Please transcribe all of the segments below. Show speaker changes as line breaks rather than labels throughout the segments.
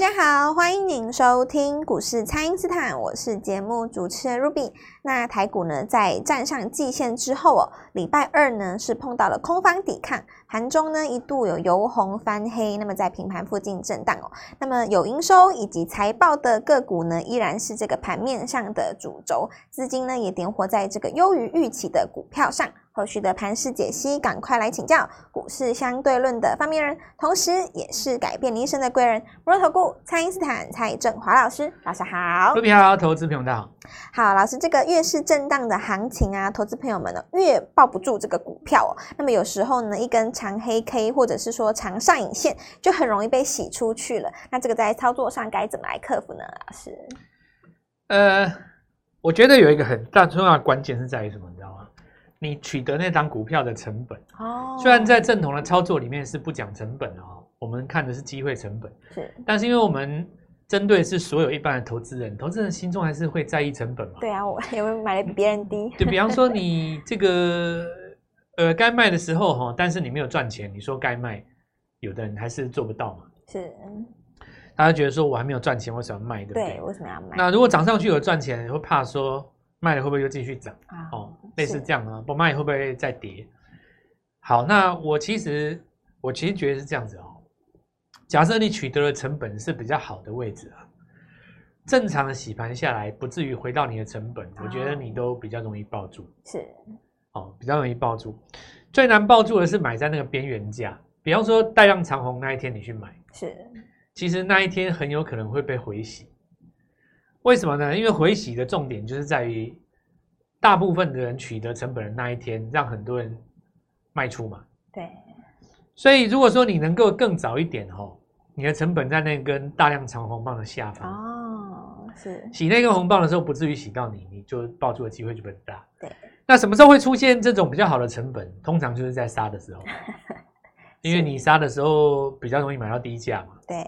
家好，欢迎您收听股市蔡因斯坦，我是节目主持人 Ruby。那台股呢，在站上季线之后哦，礼拜二呢是碰到了空方抵抗，盘中呢一度有由红翻黑，那么在平盘附近震荡哦。那么有营收以及财报的个股呢，依然是这个盘面上的主轴，资金呢也点火在这个优于预期的股票上。后续的盘势解析，赶快来请教股市相对论的发明人，同时也是改变你一生的贵人——摩投顾蔡因斯坦蔡振华老师，老师好。
各位好，投资朋友大家好。
好，老师，这个越是震荡的行情啊，投资朋友们呢越抱不住这个股票哦。那么有时候呢，一根长黑 K 或者是说长上影线，就很容易被洗出去了。 那这个在操作上该怎么来克服呢？老师，
呃，我觉得有一个很大重要的关键是在于什么，你知道吗？你取得那张股票的成本，
哦
虽然在正统的操作里面是不讲成本的哦，我们看的是机会成本，
是
但是因为我们针对是所有一般的投资人，投资人心中还是会在意成本嘛。
对啊，我 有没有买的比别人低？
就比方说你这个 呃该卖的时候哈、但是你没有赚钱，你说该卖，有的人还是做不到嘛，
是，
他就觉得说我还没有赚钱，为什么要卖，对不
对，为什么要买？
那如果涨上去有赚钱，你会怕说卖了会不会又继续涨？
啊
哦，类似
是
这样啊，不卖会不会再跌？好，那我其实我其实觉得是这样子哦。假设你取得的成本是比较好的位置啊，正常的洗盘下来，不至于回到你的成本，我觉得你都比较容易抱住
是
哦，比较容易抱住。最难抱住的是买在那个边缘价，比方说带量长虹那一天你去买，
是，
其实那一天很有可能会被回洗。为什么呢？因为回洗的重点就是在于，大部分的人取得成本的那一天，让很多人卖出嘛。
对，
所以如果说你能够更早一点哦，你的成本在那根大量长红棒的下方，
哦，是
洗那根红棒的时候，不至于洗到你，你就抱住的机会就很大。
对。
那什么时候会出现这种比较好的成本？通常就是在杀的时 候，因为
是
你杀的时候比较容易买到低价嘛。
对，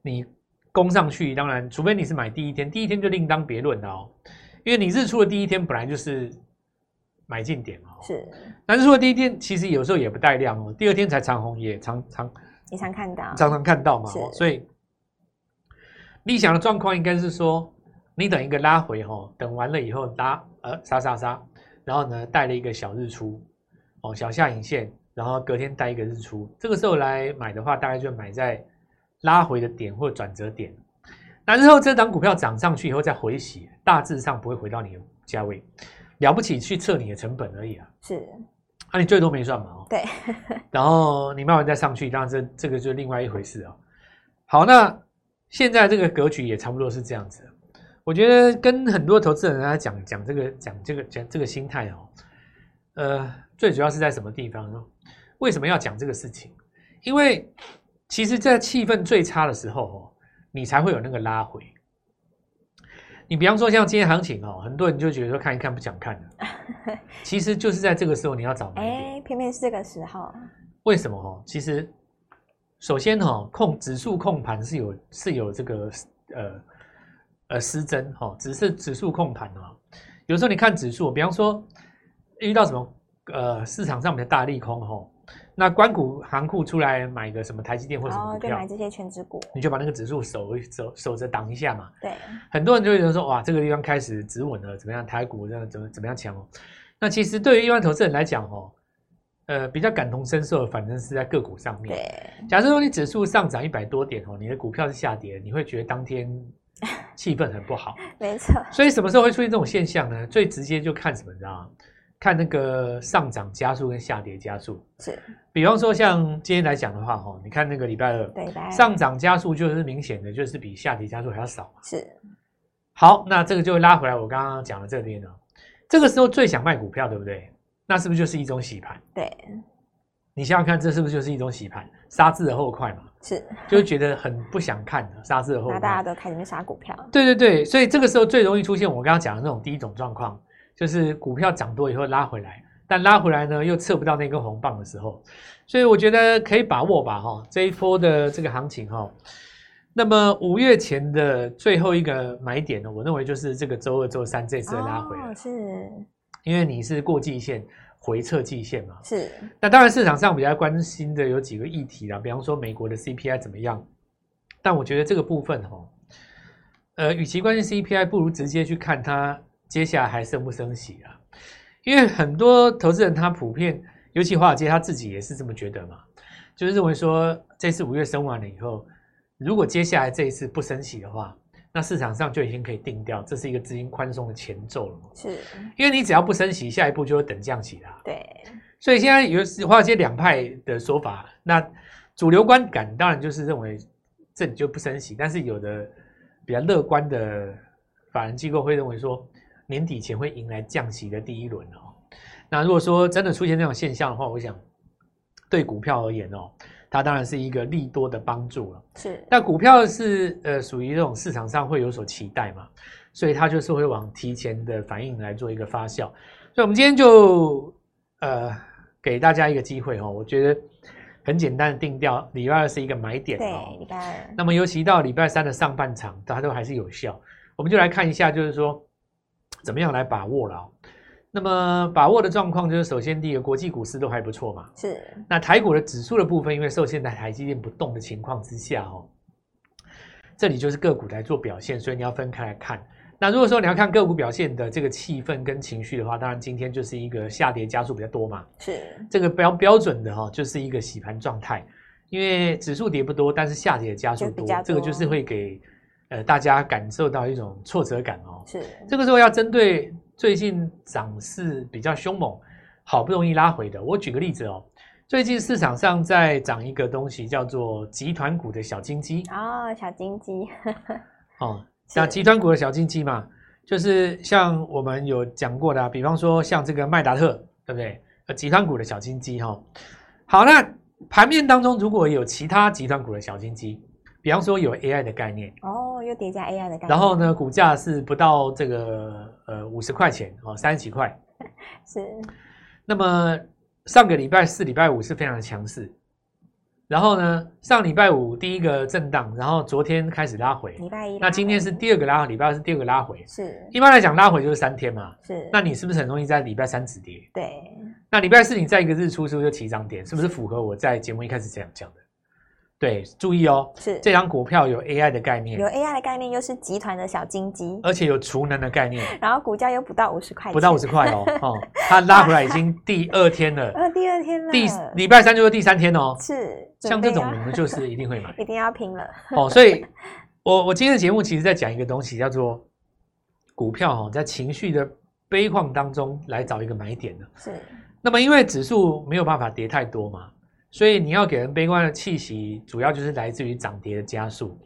你攻上去，当然，除非你是买第一天，第一天就另当别论了哦，因为你日出的第一天本来就是买进点嘛哦。
是
那日出的第一天其实有时候也不带量哦，第二天才长红也常常
你常看到，
常常看到嘛哦，
是
所以理想的状况应该是说，你等一个拉回哦，等完了以后拉呃杀杀杀，然后呢带了一个小日出哦，小下影线，然后隔天带一个日出，这个时候来买的话，大概就买在拉回的点或转折点。那日后这档股票涨上去以后再回洗，大致上不会回到你的价位，了不起去测你的成本而已啊，
是，
那、你最多没赚嘛哦。
对，
然后你慢慢再上去，当然这这个就是另外一回事啊、好，那现在这个格局也差不多是这样子。我觉得跟很多投资人来讲讲这个讲这个讲这个心态哦，呃，最主要是在什么地方呢？为什么要讲这个事情？因为其实，在气氛最差的时候哦，你才会有那个拉回。你比方说像今天行情哦，很多人就觉得说看一看不想看了，其实就是在这个时候你要找买点。
哎，偏偏是这个时候，
为什么哦？其实，首先哦，控指数控盘是有是有这个呃呃失真哦，只是指数控盘啊、哦。有时候你看指数，比方说遇到什么呃市场上面的大利空哦，那关谷行库出来买个什么台积电或什
然
么
后
股
就
票，
哦买这些全指股，
你就把那个指数守一守守着挡一下嘛。
对，
很多人就会觉得说，哇，这个地方开始止稳了，怎么样？台股这样怎么怎么样强哦？那其实对于一般投资人来讲哦，呃，比较感同身受的，反正是在个股上面。
对，
假设说你指数上涨一百多点哦，你的股票是下跌，你会觉得当天气氛很不 好。
没错，
所以什么时候会出现这种现象呢？最直接就看什么，你知道吗？看那个上涨加速跟下跌加速。
是
比方说像今天来讲的话，哦，你看那个礼拜二
对，大概
上涨加速就是明显的，就是比下跌加速还要少嘛。
是
好，那这个就拉回来，我刚刚讲的这边呢，这个时候最想卖股票，对不对？那是不是就是一种洗盘？
对，
你想想看，这是不是就是一种洗盘？杀之而后快嘛，
是，
就会觉得很不想看了，杀之而后
那大家
快。
都开始在杀股票，
对对对，所以这个时候最容易出现我刚刚讲的那种第一种状况，就是股票涨多以后拉回来，但拉回来呢又测不到那根红棒的时候，所以我觉得可以把握吧，哈，这一波的这个行情哈。那么五月前的最后一个买点呢，我认为就是这个周二、周三这次的拉回啊了
哦，是
因为你是过季线回撤季线嘛。
是，
那当然，市场上比较关心的有几个议题啦，比方说美国的 CPI 怎么样，但我觉得这个部分哦，呃，与其关心 CPI，不如直接去看它接下来还升不升息啊。因为很多投资人他普遍，尤其华尔街他自己也是这么觉得嘛，就是认为说这次五月升完了以后，如果接下来这一次不升息的话，那市场上就已经可以定掉，这是一个资金宽松的前奏了嘛。
是，
因为你只要不升息，下一步就会等降息啦、
对，
所以现在有华尔街两派的说法，那主流观感当然就是认为这你就不升息，但是有的比较乐观的法人机构会认为说年底前会迎来降息的第一轮哦。那如果说真的出现这种现象的话，我想对股票而言哦，它当然是一个利多的帮助了。
是，
那股票是呃属于这种市场上会有所期待嘛，所以它就是会往提前的反应来做一个发酵。所以我们今天就呃给大家一个机会哦，我觉得很简单的定调，礼拜二是一个买点
对，
哦。
礼拜二，
那么尤其到礼拜三的上半场，它都还是有效。我们就来看一下，就是说怎么样来把握了、哦。那么把握的状况就是，首先第一个国际股市都还不错嘛，
是，
那台股的指数的部分，因为受限在台积电不动的情况之下哦，这里就是个股来做表现，所以你要分开来看。那如果说你要看个股表现的这个气氛跟情绪的话，当然今天就是一个下跌加速比较多嘛，
是，
这个标标准的哈、哦，就是一个洗盘状态，因为指数跌不多，但是下跌的加速
就比
多，
较
这个就是
多
会给呃大家感受到一种挫折感哦。
是，
这个时候要针对最近涨势比较凶猛，好不容易拉回的，我举个例子哦，最近市场上在涨一个东西叫做集团股的小金鸡
哦，小金鸡，
哦，那集团股的小金鸡嘛，就是像我们有讲过的、啊，比方说像这个麦达特，对不对？呃，集团股的小金鸡哈、哦。好，那盘面当中如果有其他集团股的小金鸡，比方说有 AI 的概念，
哦，又叠加 AI 的概念，
然后呢，股价是不到这个呃五十块钱哦，三十几块。
是，
那么上个礼拜四、礼拜五是非常的强势，然后呢，上礼拜五第一个震荡，然后昨天开始拉回，
礼拜一拉回，
那今天是第二个拉回，礼拜二是第二个拉回。
是
一般来讲，拉回就是三天嘛，
是，
那你是不是很容易在礼拜三止跌？
对
那礼拜四你在一个日出是不是就起涨点？是不是符合我在节目一开始讲讲的？对，注意哦，
是
这张股票有 AI 的概念
有，AI 的概念，又是集团的小金鸡，
而且有储能的概念，
然后股价又不到五十块钱，
呃不到五十 块哦，哦，它拉回来已经第二天了，
呃，第二天了，
第礼拜三就是第三天哦，
是
像
准备
这
啊
种
要
我们就是一定 会买
一定要拼了，
哦。所以我，我今天的节目其实在讲一个东西，叫做股票哈、哦，在情绪的悲况当中来找一个买点的。
是
那么，因为指数没有办法跌太多嘛，所以你要给人悲观的气息，主要就是来自于涨跌的加速。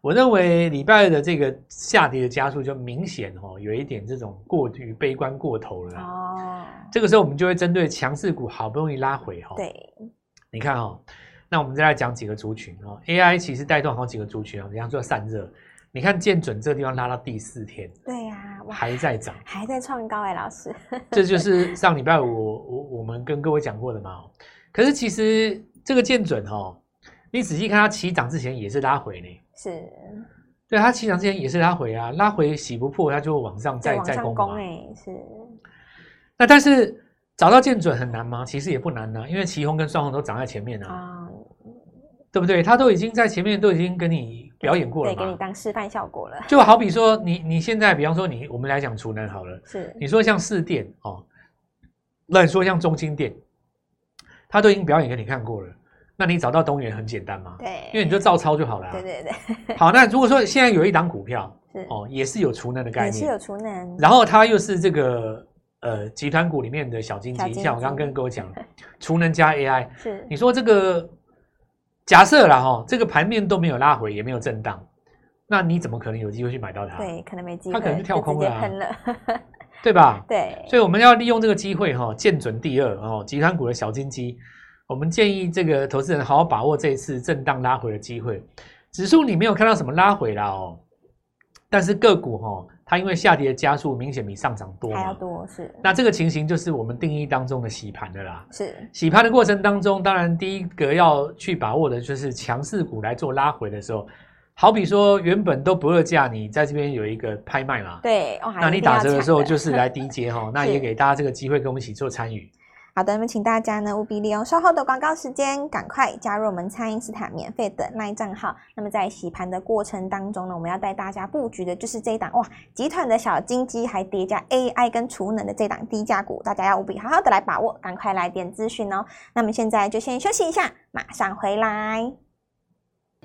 我认为礼拜二的这个下跌的加速就明显哦，有一点这种过于悲观过头了啦。
哦，
这个时候我们就会针对强势股好不容易拉回哈、哦，
对，
你看哦，那我们再来讲几个族群哦。AI 其实带动好几个族群啊、哦，比方说散热，你看建准这个地方拉到第四天
对呀、哇，
还在涨，
还在创高哎，老师，
这就是上礼拜五我我我们跟各位讲过的嘛。哦可是其实这个建准哦，你仔细看它起涨之前也是拉回呢，
是
对，它起涨之前也是拉回啊，拉回洗不破它就往上
在
再
往
再
上
攻
攻
嘛。嗯
哎，是
那但是找到建准很难吗？其实也不难啊，因为旗红跟双红都涨在前面啊，
啊、
对不对？它都已经在前面都已经跟你表演过了
对，
嘛，
给你当示范效果了，
就好比说你，你现在，比方说你，我们来讲储能好了，
是
你说像四电哦，那你说像中心电，它都已经表演给你看过了，那你找到东源很简单吗？
对，
因为你就照抄就好了、啊。
对对对，
好，那如果说现在有一档股票
是、
哦，也是有储能的概
也是有
念，
储能，
然后它又是这个呃集团股里面的小金
小
鸡，
金
像我刚刚
鸡
跟各 位讲，储能加 AI，
是
你说这个假设啦哈、哦，这个盘面都没有拉回，也没有震荡，那你怎么可能有机会去买到它？
对，可能没机会，
他可能就跳空
直接
了啊
喷了，
对吧？
对，
所以我们要利用这个机会哈、见准第二哦，集团股的小金鸡，我们建议这个投资人好好把握这一次震荡拉回的机会。指数你没有看到什么拉回啦哦，但是个股哈、它因为下跌的加速明显比上涨多
还要
嘛，
多 是
那这个情形就是我们定义当中的洗盘的啦。
是
洗盘的过程当中，当然第一个要去把握的就是强势股来做拉回的时候，好比说原本都不二价，你在这边有一个拍卖嘛，
对，哇，
那
一
你
定要
打折的
抢
时候就是来低接哈，那
是
也给大家这个机会跟我们一起做参与。
好的，那么请大家呢务必利用稍后的广告时间，赶快加入我们蔡因斯坦免费的 LINE 账号。那么在洗盘的过程当中呢，我们要带大家布局的就是这一档哇，集团的小金鸡还叠加 AI 跟储能的这档低价股，大家要务必好好的来把握，赶快来点咨询哦。那么现在就先休息一下，马上回来。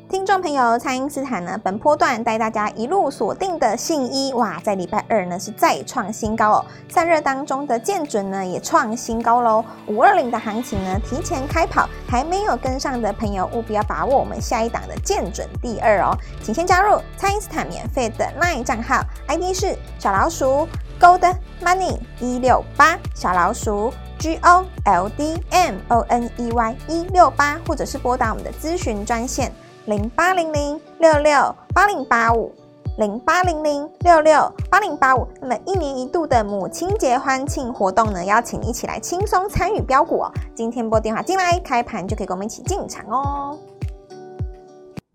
听众朋友，蔡因斯坦呢，本波段带大家一路锁定的信一，哇，在礼拜二呢是再创新高哦。散热当中的建准呢也创新高喽。五二零的行情呢提前开跑，还没有跟上的朋友务必要把握我们下一档的建准第二哦。请先加入蔡因斯坦免费的 LINE 账号，ID 是小老鼠 Gold Money 一六八小老鼠。G O L D M O N E Y 一六八，或者是拨打我们的咨询专线零八零零六六八零八五零八零零六六八零八五。那么一年一度的母亲节欢庆活动呢，邀请你一起来轻松参与标股哦。今天拨电话进来，开盘就可以跟我们一起进场哦。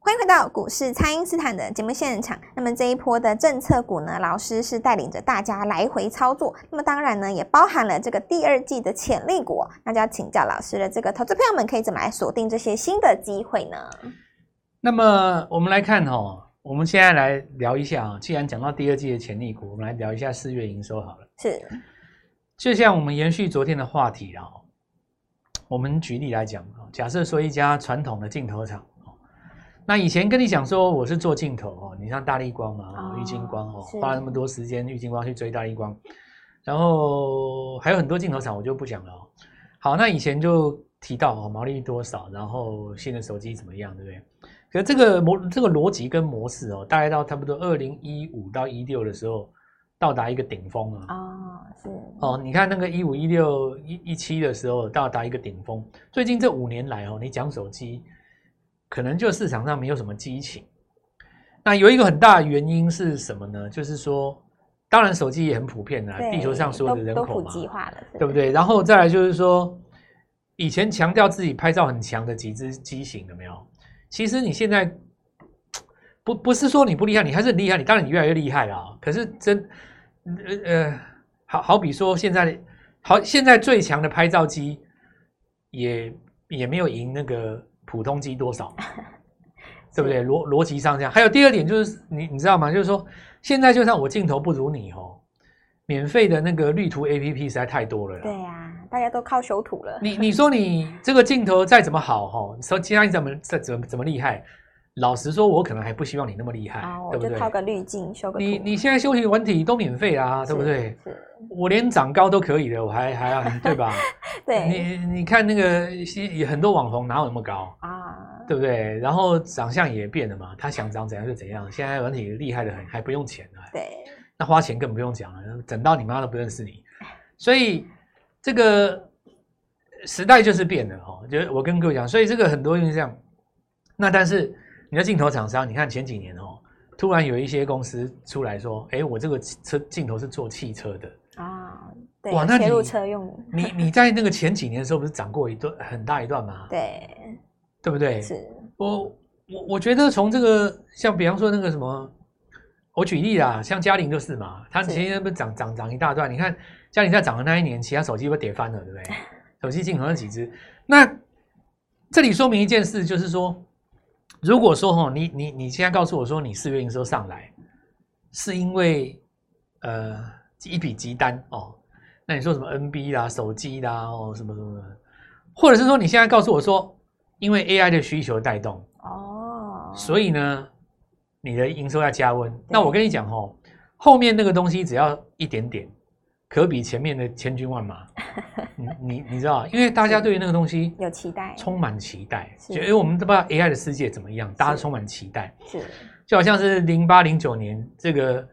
欢迎回到股市，蔡因斯坦的节目现场。那么这一波的政策股呢，老师是带领着大家来回操作。那么当然呢，也包含了这个第二季的潜力股哦。那就要请教老师了，这个投资朋友们可以怎么来锁定这些新的机会呢？
那么我们来看哦，我们现在来聊一下啊、既然讲到第二季的潜力股，我们来聊一下四月营收好了。
是，
就像我们延续昨天的话题啊、哦，我们举例来讲啊，假设说一家传统的镜头厂哦，那以前跟你讲说我是做镜头哦，你像大力光嘛、
哦
玉金光哦
是，
花了那么多时间玉金光去追大力光，然后还有很多镜头厂我就不讲了哦。好，那以前就提到哦，毛利率多少，然后新的手机怎么样，对不对？可是这个模这个逻辑跟模式哦，大概到差不多二零一五到一六的时候，到达一个顶峰啊。
哦，是，
哦，你看那个一五一六一一七的时候到达一个顶峰，最近这五年来哦，你讲手机，可能就市场上没有什么激情。那有一个很大的原因是什么呢？就是说，当然手机也很普遍啦，
对
啊地球上所有的人
都
口
都普
嘛，
及化了，是
对不？对？然后再来就是说，以前强调自己拍照很强的几只机型有没有？其实你现在不不是说你不厉害，你还是很厉害，你当然你越来越厉害啦。可是真呃呃，好好比说现在好现在最强的拍照机也也没有赢那个普通机 多少。对不对？逻逻辑上这样。还有第二点就是，你你知道吗？就是说，现在就算我镜头不如你哦，免费的那个绿图 A P P 实在太多了啦。
对呀、大家都靠修图了，
你你说你这个镜头再怎么好哈，你说其他你怎么怎怎么怎么厉害？老实说，我可能还不希望你那么厉害，
啊，我
对不
就
对
套？个滤镜，修个图，
你你现在休息软体都免费啊，对不
是
对？？
是，
我连长高都可以了，我还还要对吧？
对
你你看那个一些也很多网红哪有那么高，
啊，
对不对？然后长相也变了嘛，他想长怎样就怎样。现在软体厉害的很，还不用钱呢、
对，
那花钱更不用讲了，整到你妈都不认识你。所以这个时代就是变了哦，就是我跟各位讲，所以这个很多就是这样。那但是你的镜头厂商，你看前几年哦，突然有一些公司出来说，哎，我这个车镜头是做汽车的，
啊，对，
哇那
切入
你
车用，
你你在那个前几年的时候不是涨过一段很大一段吗？
对，
对不对？
是，
我我我觉得从这个像比方说那个什么，我举例啦，像嘉玲就是嘛，它
是
前一阵不是涨涨涨一大段，你看嘉玲在涨的那一年，其他手机不是跌翻了，对不对？手机进口那几只，那这里说明一件事，就是说，如果说哈，你你你现在告诉我说你四月营收上来，是因为呃一笔急单哦，那你说什么 NB 啦、手机啦、哦什么什么的，或者是说你现在告诉我说，因为 AI 的需求带动，
哦，
所以呢，你的营收要加温。那我跟你讲哦，后面那个东西只要一点点，可比前面的千军 万马。你你你知道，啊因为大家对于那个东西
有期待，
充满期待，
是
觉得我们都不知道 AI 的世界怎么样，大家充满期待。
是
就好像是零八零九年这个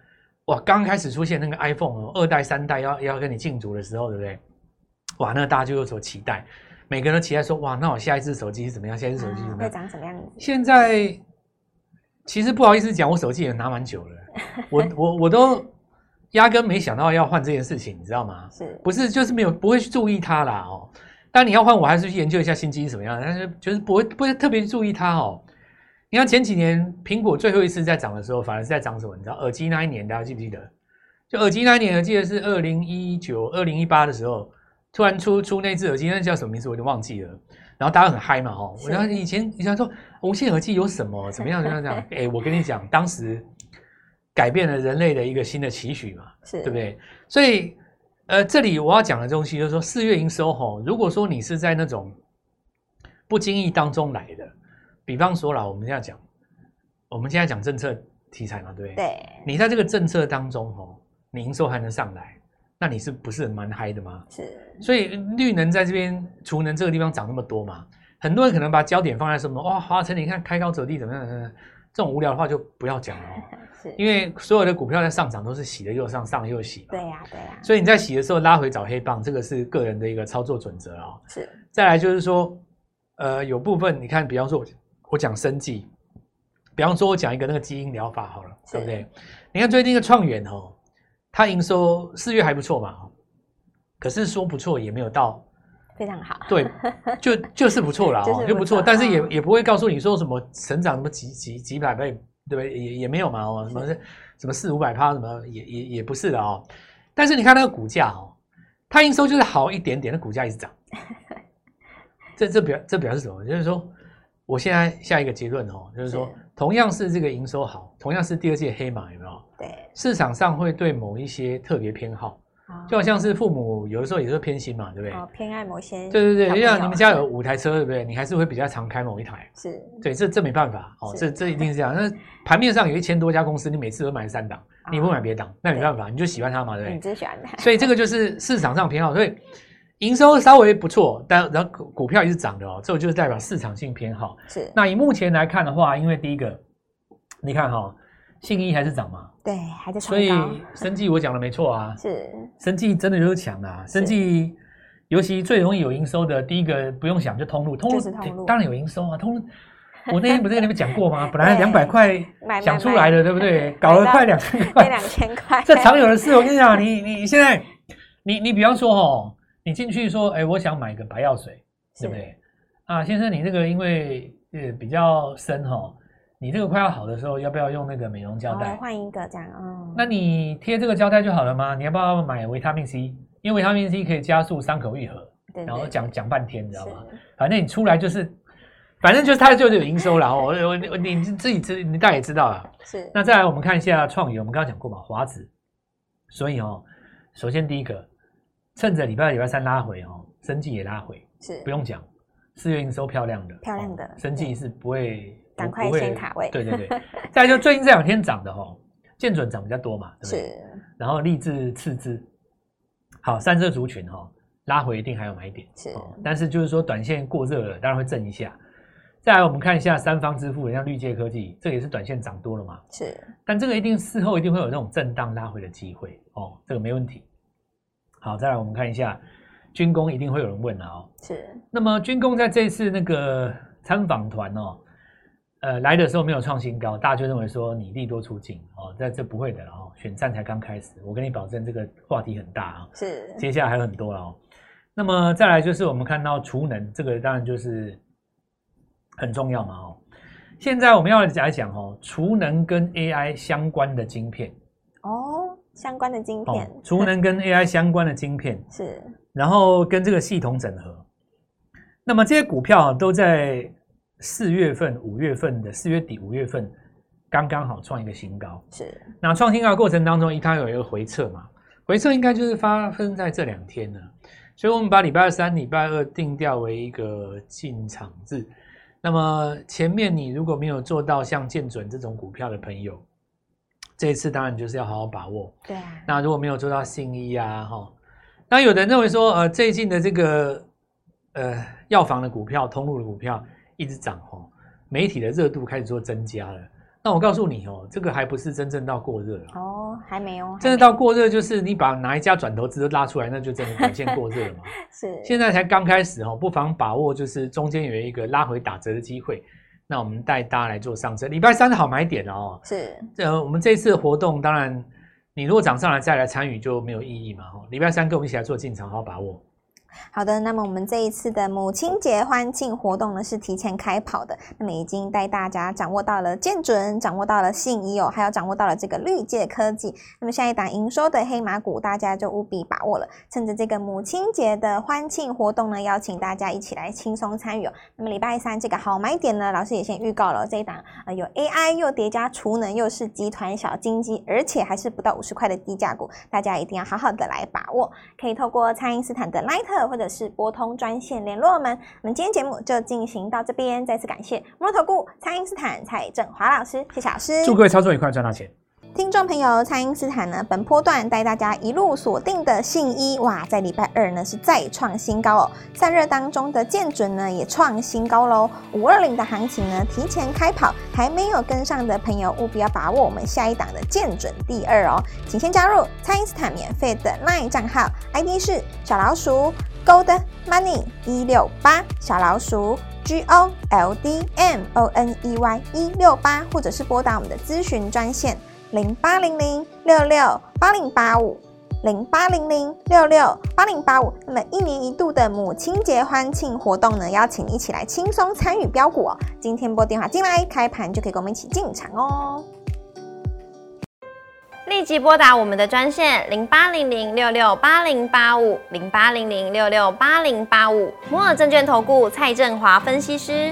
哇，刚开始出现那个 iPhone 哦，二代三代要要跟你竞逐的时候，对不对？哇，那大家就有所期待，每个人都期待说哇，那我下一只手机是怎么样？下一只手机是
啊
怎么
会
样？
长什么样子？
现在其实不好意思讲，我手机也拿蛮久了，我我我都压根没想到要换这件事情，你知道吗？
是
不是，就是没有不会去注意它啦哦。但你要换，我还是去研究一下新机是什么样的，但是就是不会不会特别注意它哦。你看前几年苹果最后一次在涨的时候，反而是在涨什么？你知道耳机那一年，大家记不记得？就耳机那一年，我记得是二零一九、二零一八的时候，突然出出那只耳机，那叫什么名字我有点忘记了。然后大家很嗨嘛，哦，
是
然后以前以前说哦无线耳机有什么怎么样怎么样怎么样，哎，我跟你讲，当时改变了人类的一个新的期许嘛，
是，
对不对？所以呃，这里我要讲的东西就是说，四月营收吼，如果说你是在那种不经意当中来的，比方说啦，我们现在讲，我们现在讲政策题材嘛，对不对？
对，
你在这个政策当中吼，你营收还能上来，那你是不是蛮嗨的吗？
是，
所以绿能在这边，储能这个地方涨那么多嘛，很多人可能把焦点放在什么哇，华晨你看开高走低怎么样怎么样，这种无聊的话就不要讲了哦、
是，
因为所有的股票在上涨都是洗了又上，上了又洗嘛。
对呀，对呀，
所以你在洗的时候拉回找黑棒，这个是个人的一个操作准则哦。
是，
再来就是说，呃，有部分你看，比方说我我讲生技，比方说我讲一个那个基因疗法好了，
是
对不对？你看最近的创远哦，它营收四月还不错嘛，哦可是说不错也没有到，
非常好，
对，就就是不错啦、
就是
哦，
不
就不错，
错
但是也
嗯
也不会告诉你说什么成长什么几几几百倍，对不对？也也没有嘛哦，什么是什么四五百趴，什么也也也不是的哦。但是你看那个股价哦，它营收就是好一点点，那股价一 直涨，这这表这表示什么？就是说，我现在下一个结论哦，就是说
是，
同样是这个营收好，同样是第二届黑马，有没有？
对，
市场上会对某一些特别偏好，
好
就好像是父母有的时候也是偏心嘛，对不对？
好哦偏爱某些，
对对
小
对，
朋
就
友
像你们家有五台车，对不对？你还是会比较常开某一台。
是
对，这这没办法哦，这
是
这一定是这样。那盘面上有一千多家公司，你每次都买三档，你不买别档，那没办法，你就喜欢它啊嘛，对嗯不
啊嗯你
对？
最喜欢的，
所以这个就是市场上偏好，所以营收稍微不错，但然后股股票也是涨的哦，这就是代表市场性偏好。
是，
那以目前来看的话，因为第一个，你看哈、哦，信义还是涨嘛，
对，还在
所
创
以
高，
生技我讲的没错啊，
是，
生技真的就是强的、啊，生技尤其最容易有营收的，第一个不用想就通路，通
就是通路
当然有营收啊，通路。我那天不是跟你们讲过吗？本来两百块
买
想出来的，对 不对？搞了快两千
那
块，
两千块，
这常有的事。我跟你讲，你你现在，你你比方说哦，你进去说，哎，我想买个白药水，
是
对不对？啊，先生，你这个因为呃比较深哦，你这个快要好的时候，要不要用那个美容胶
然
带
后？哦换一个这样，嗯，
那你贴这个胶带就好了吗？你要不要买维他命 C？因为维他命 C 可以加速伤口愈合。
对
然后讲讲半天，你知道吗？？
对是
反正你出来就是，反正就是它就是有营收了。哦我我我你自己知，你大概也知道了。
是，
那再来我们看一下创意，我们刚刚讲过嘛，华子。所以哦，首先第一个，趁着礼拜二、礼拜三拉回哦，生计也拉回，
是
不用讲，四月营收漂亮的，
漂亮的
哦生计是不会
赶
不
快
不会
先卡位
对 对对，再来就最近这两天涨的哦，建准涨比较多嘛，对不对？
是
然后励志次之，好，散热族群哈、哦，拉回一定还有买点，
是
哦，但是就是说短线过热了，当然会震一下。再来，我们看一下三方支付，像绿界科技，这个也是短线涨多了嘛，
是
但这个一定事后一定会有那种震荡拉回的机会哦，这个没问题。好，再来我们看一下军工，一定会有人问了哦。
是
那么军工在这一次那个参访团哦，呃，来的时候没有创新高，大家就认为说你利多出尽哦，但这不会的了哦，选战才刚开始，我跟你保证这个话题很大啊、
是
接下来还有很多了哦。那么再来就是我们看到储能，这个当然就是很重要嘛哦。现在我们要来讲哦，储能跟 AI 相关的晶片，
哦，相关的晶
哦
片，
储能跟 AI 相关的晶片，
是
然后跟这个系统整合。那么这些股票啊都在四月份、五月份的四月底、五月份刚刚好创一个新高。
是
那创新高的过程当中，它有一个回撤嘛，回撤应该就是发生在这两天了。所以我们把礼拜三、礼拜二定调为一个进场日。那么前面你如果没有做到像建准这种股票的朋友，这一次当然就是要好好把握。
对啊，
那如果没有做到信医啊，哈、那有的人认为说，呃，最近的这个呃药房的股票、通路的股票一直涨哦，媒体的热度开始做增加了。那我告诉你哦，这个还不是真正到过热啊，
哦，还没有，
真的
还
到过热就是你把哪一家转投资都拉出来，那就真的表现过热了嘛。
没是
现在才刚开始哦，不妨把握就是中间有一个拉回打折的机会。那我们带大家来做上车，礼拜三的好买点哦。
是
呃，我们这次的活动，当然你如果涨上来再来参与就没有意义嘛。哦，礼拜三跟我们一起来做进场，好好把握。
好的，那么我们这一次的母亲节欢庆活动呢是提前开跑的，那么已经带大家掌握到了建准，掌握到了信宜哦，还有掌握到了这个绿界科技。那么下一档营收的黑马股，大家就务必把握了。趁着这个母亲节的欢庆活动呢，邀请大家一起来轻松参与哦。那么礼拜三这个好买点呢，老师也先预告了这一档呃有 AI 又叠加储能又是集团小金鸡，而且还是不到五十块的低价股，大家一定要好好的来把握。可以透过蔡因斯坦的 Light 或者是拨通专线联络我们。我们今天节目就进行到这边，再次感谢摩头顾蔡因斯坦蔡振华老师，谢谢老师，
祝各位操作愉快，赚到钱。
听众朋友，蔡因斯坦呢，本波段带大家一路锁定的信一，哇，在礼拜二呢是再创新高哦。散热当中的建准呢也创新高喽。五二零的行情呢提前开跑，还没有跟上的朋友务必要把握我们下一档的建准第二哦。请先加入蔡因斯坦免费的 LINE 账号，ID 是小老鼠 Gold Money 一六八小老鼠 G O L D M O N E Y 一六八，或者是拨打我们的咨询专线。零八零零六六八零八五零八零零六六八零八五。那么一年一度的母亲节欢庆活动呢，邀请你一起来轻松参与标股哦。今天拨电话进来，开盘就可以跟我们一起进场哦。
立即拨打我们的专线零八零零六六八零八五零八零零六六八零八五摩尔证券投顾蔡振华分析师。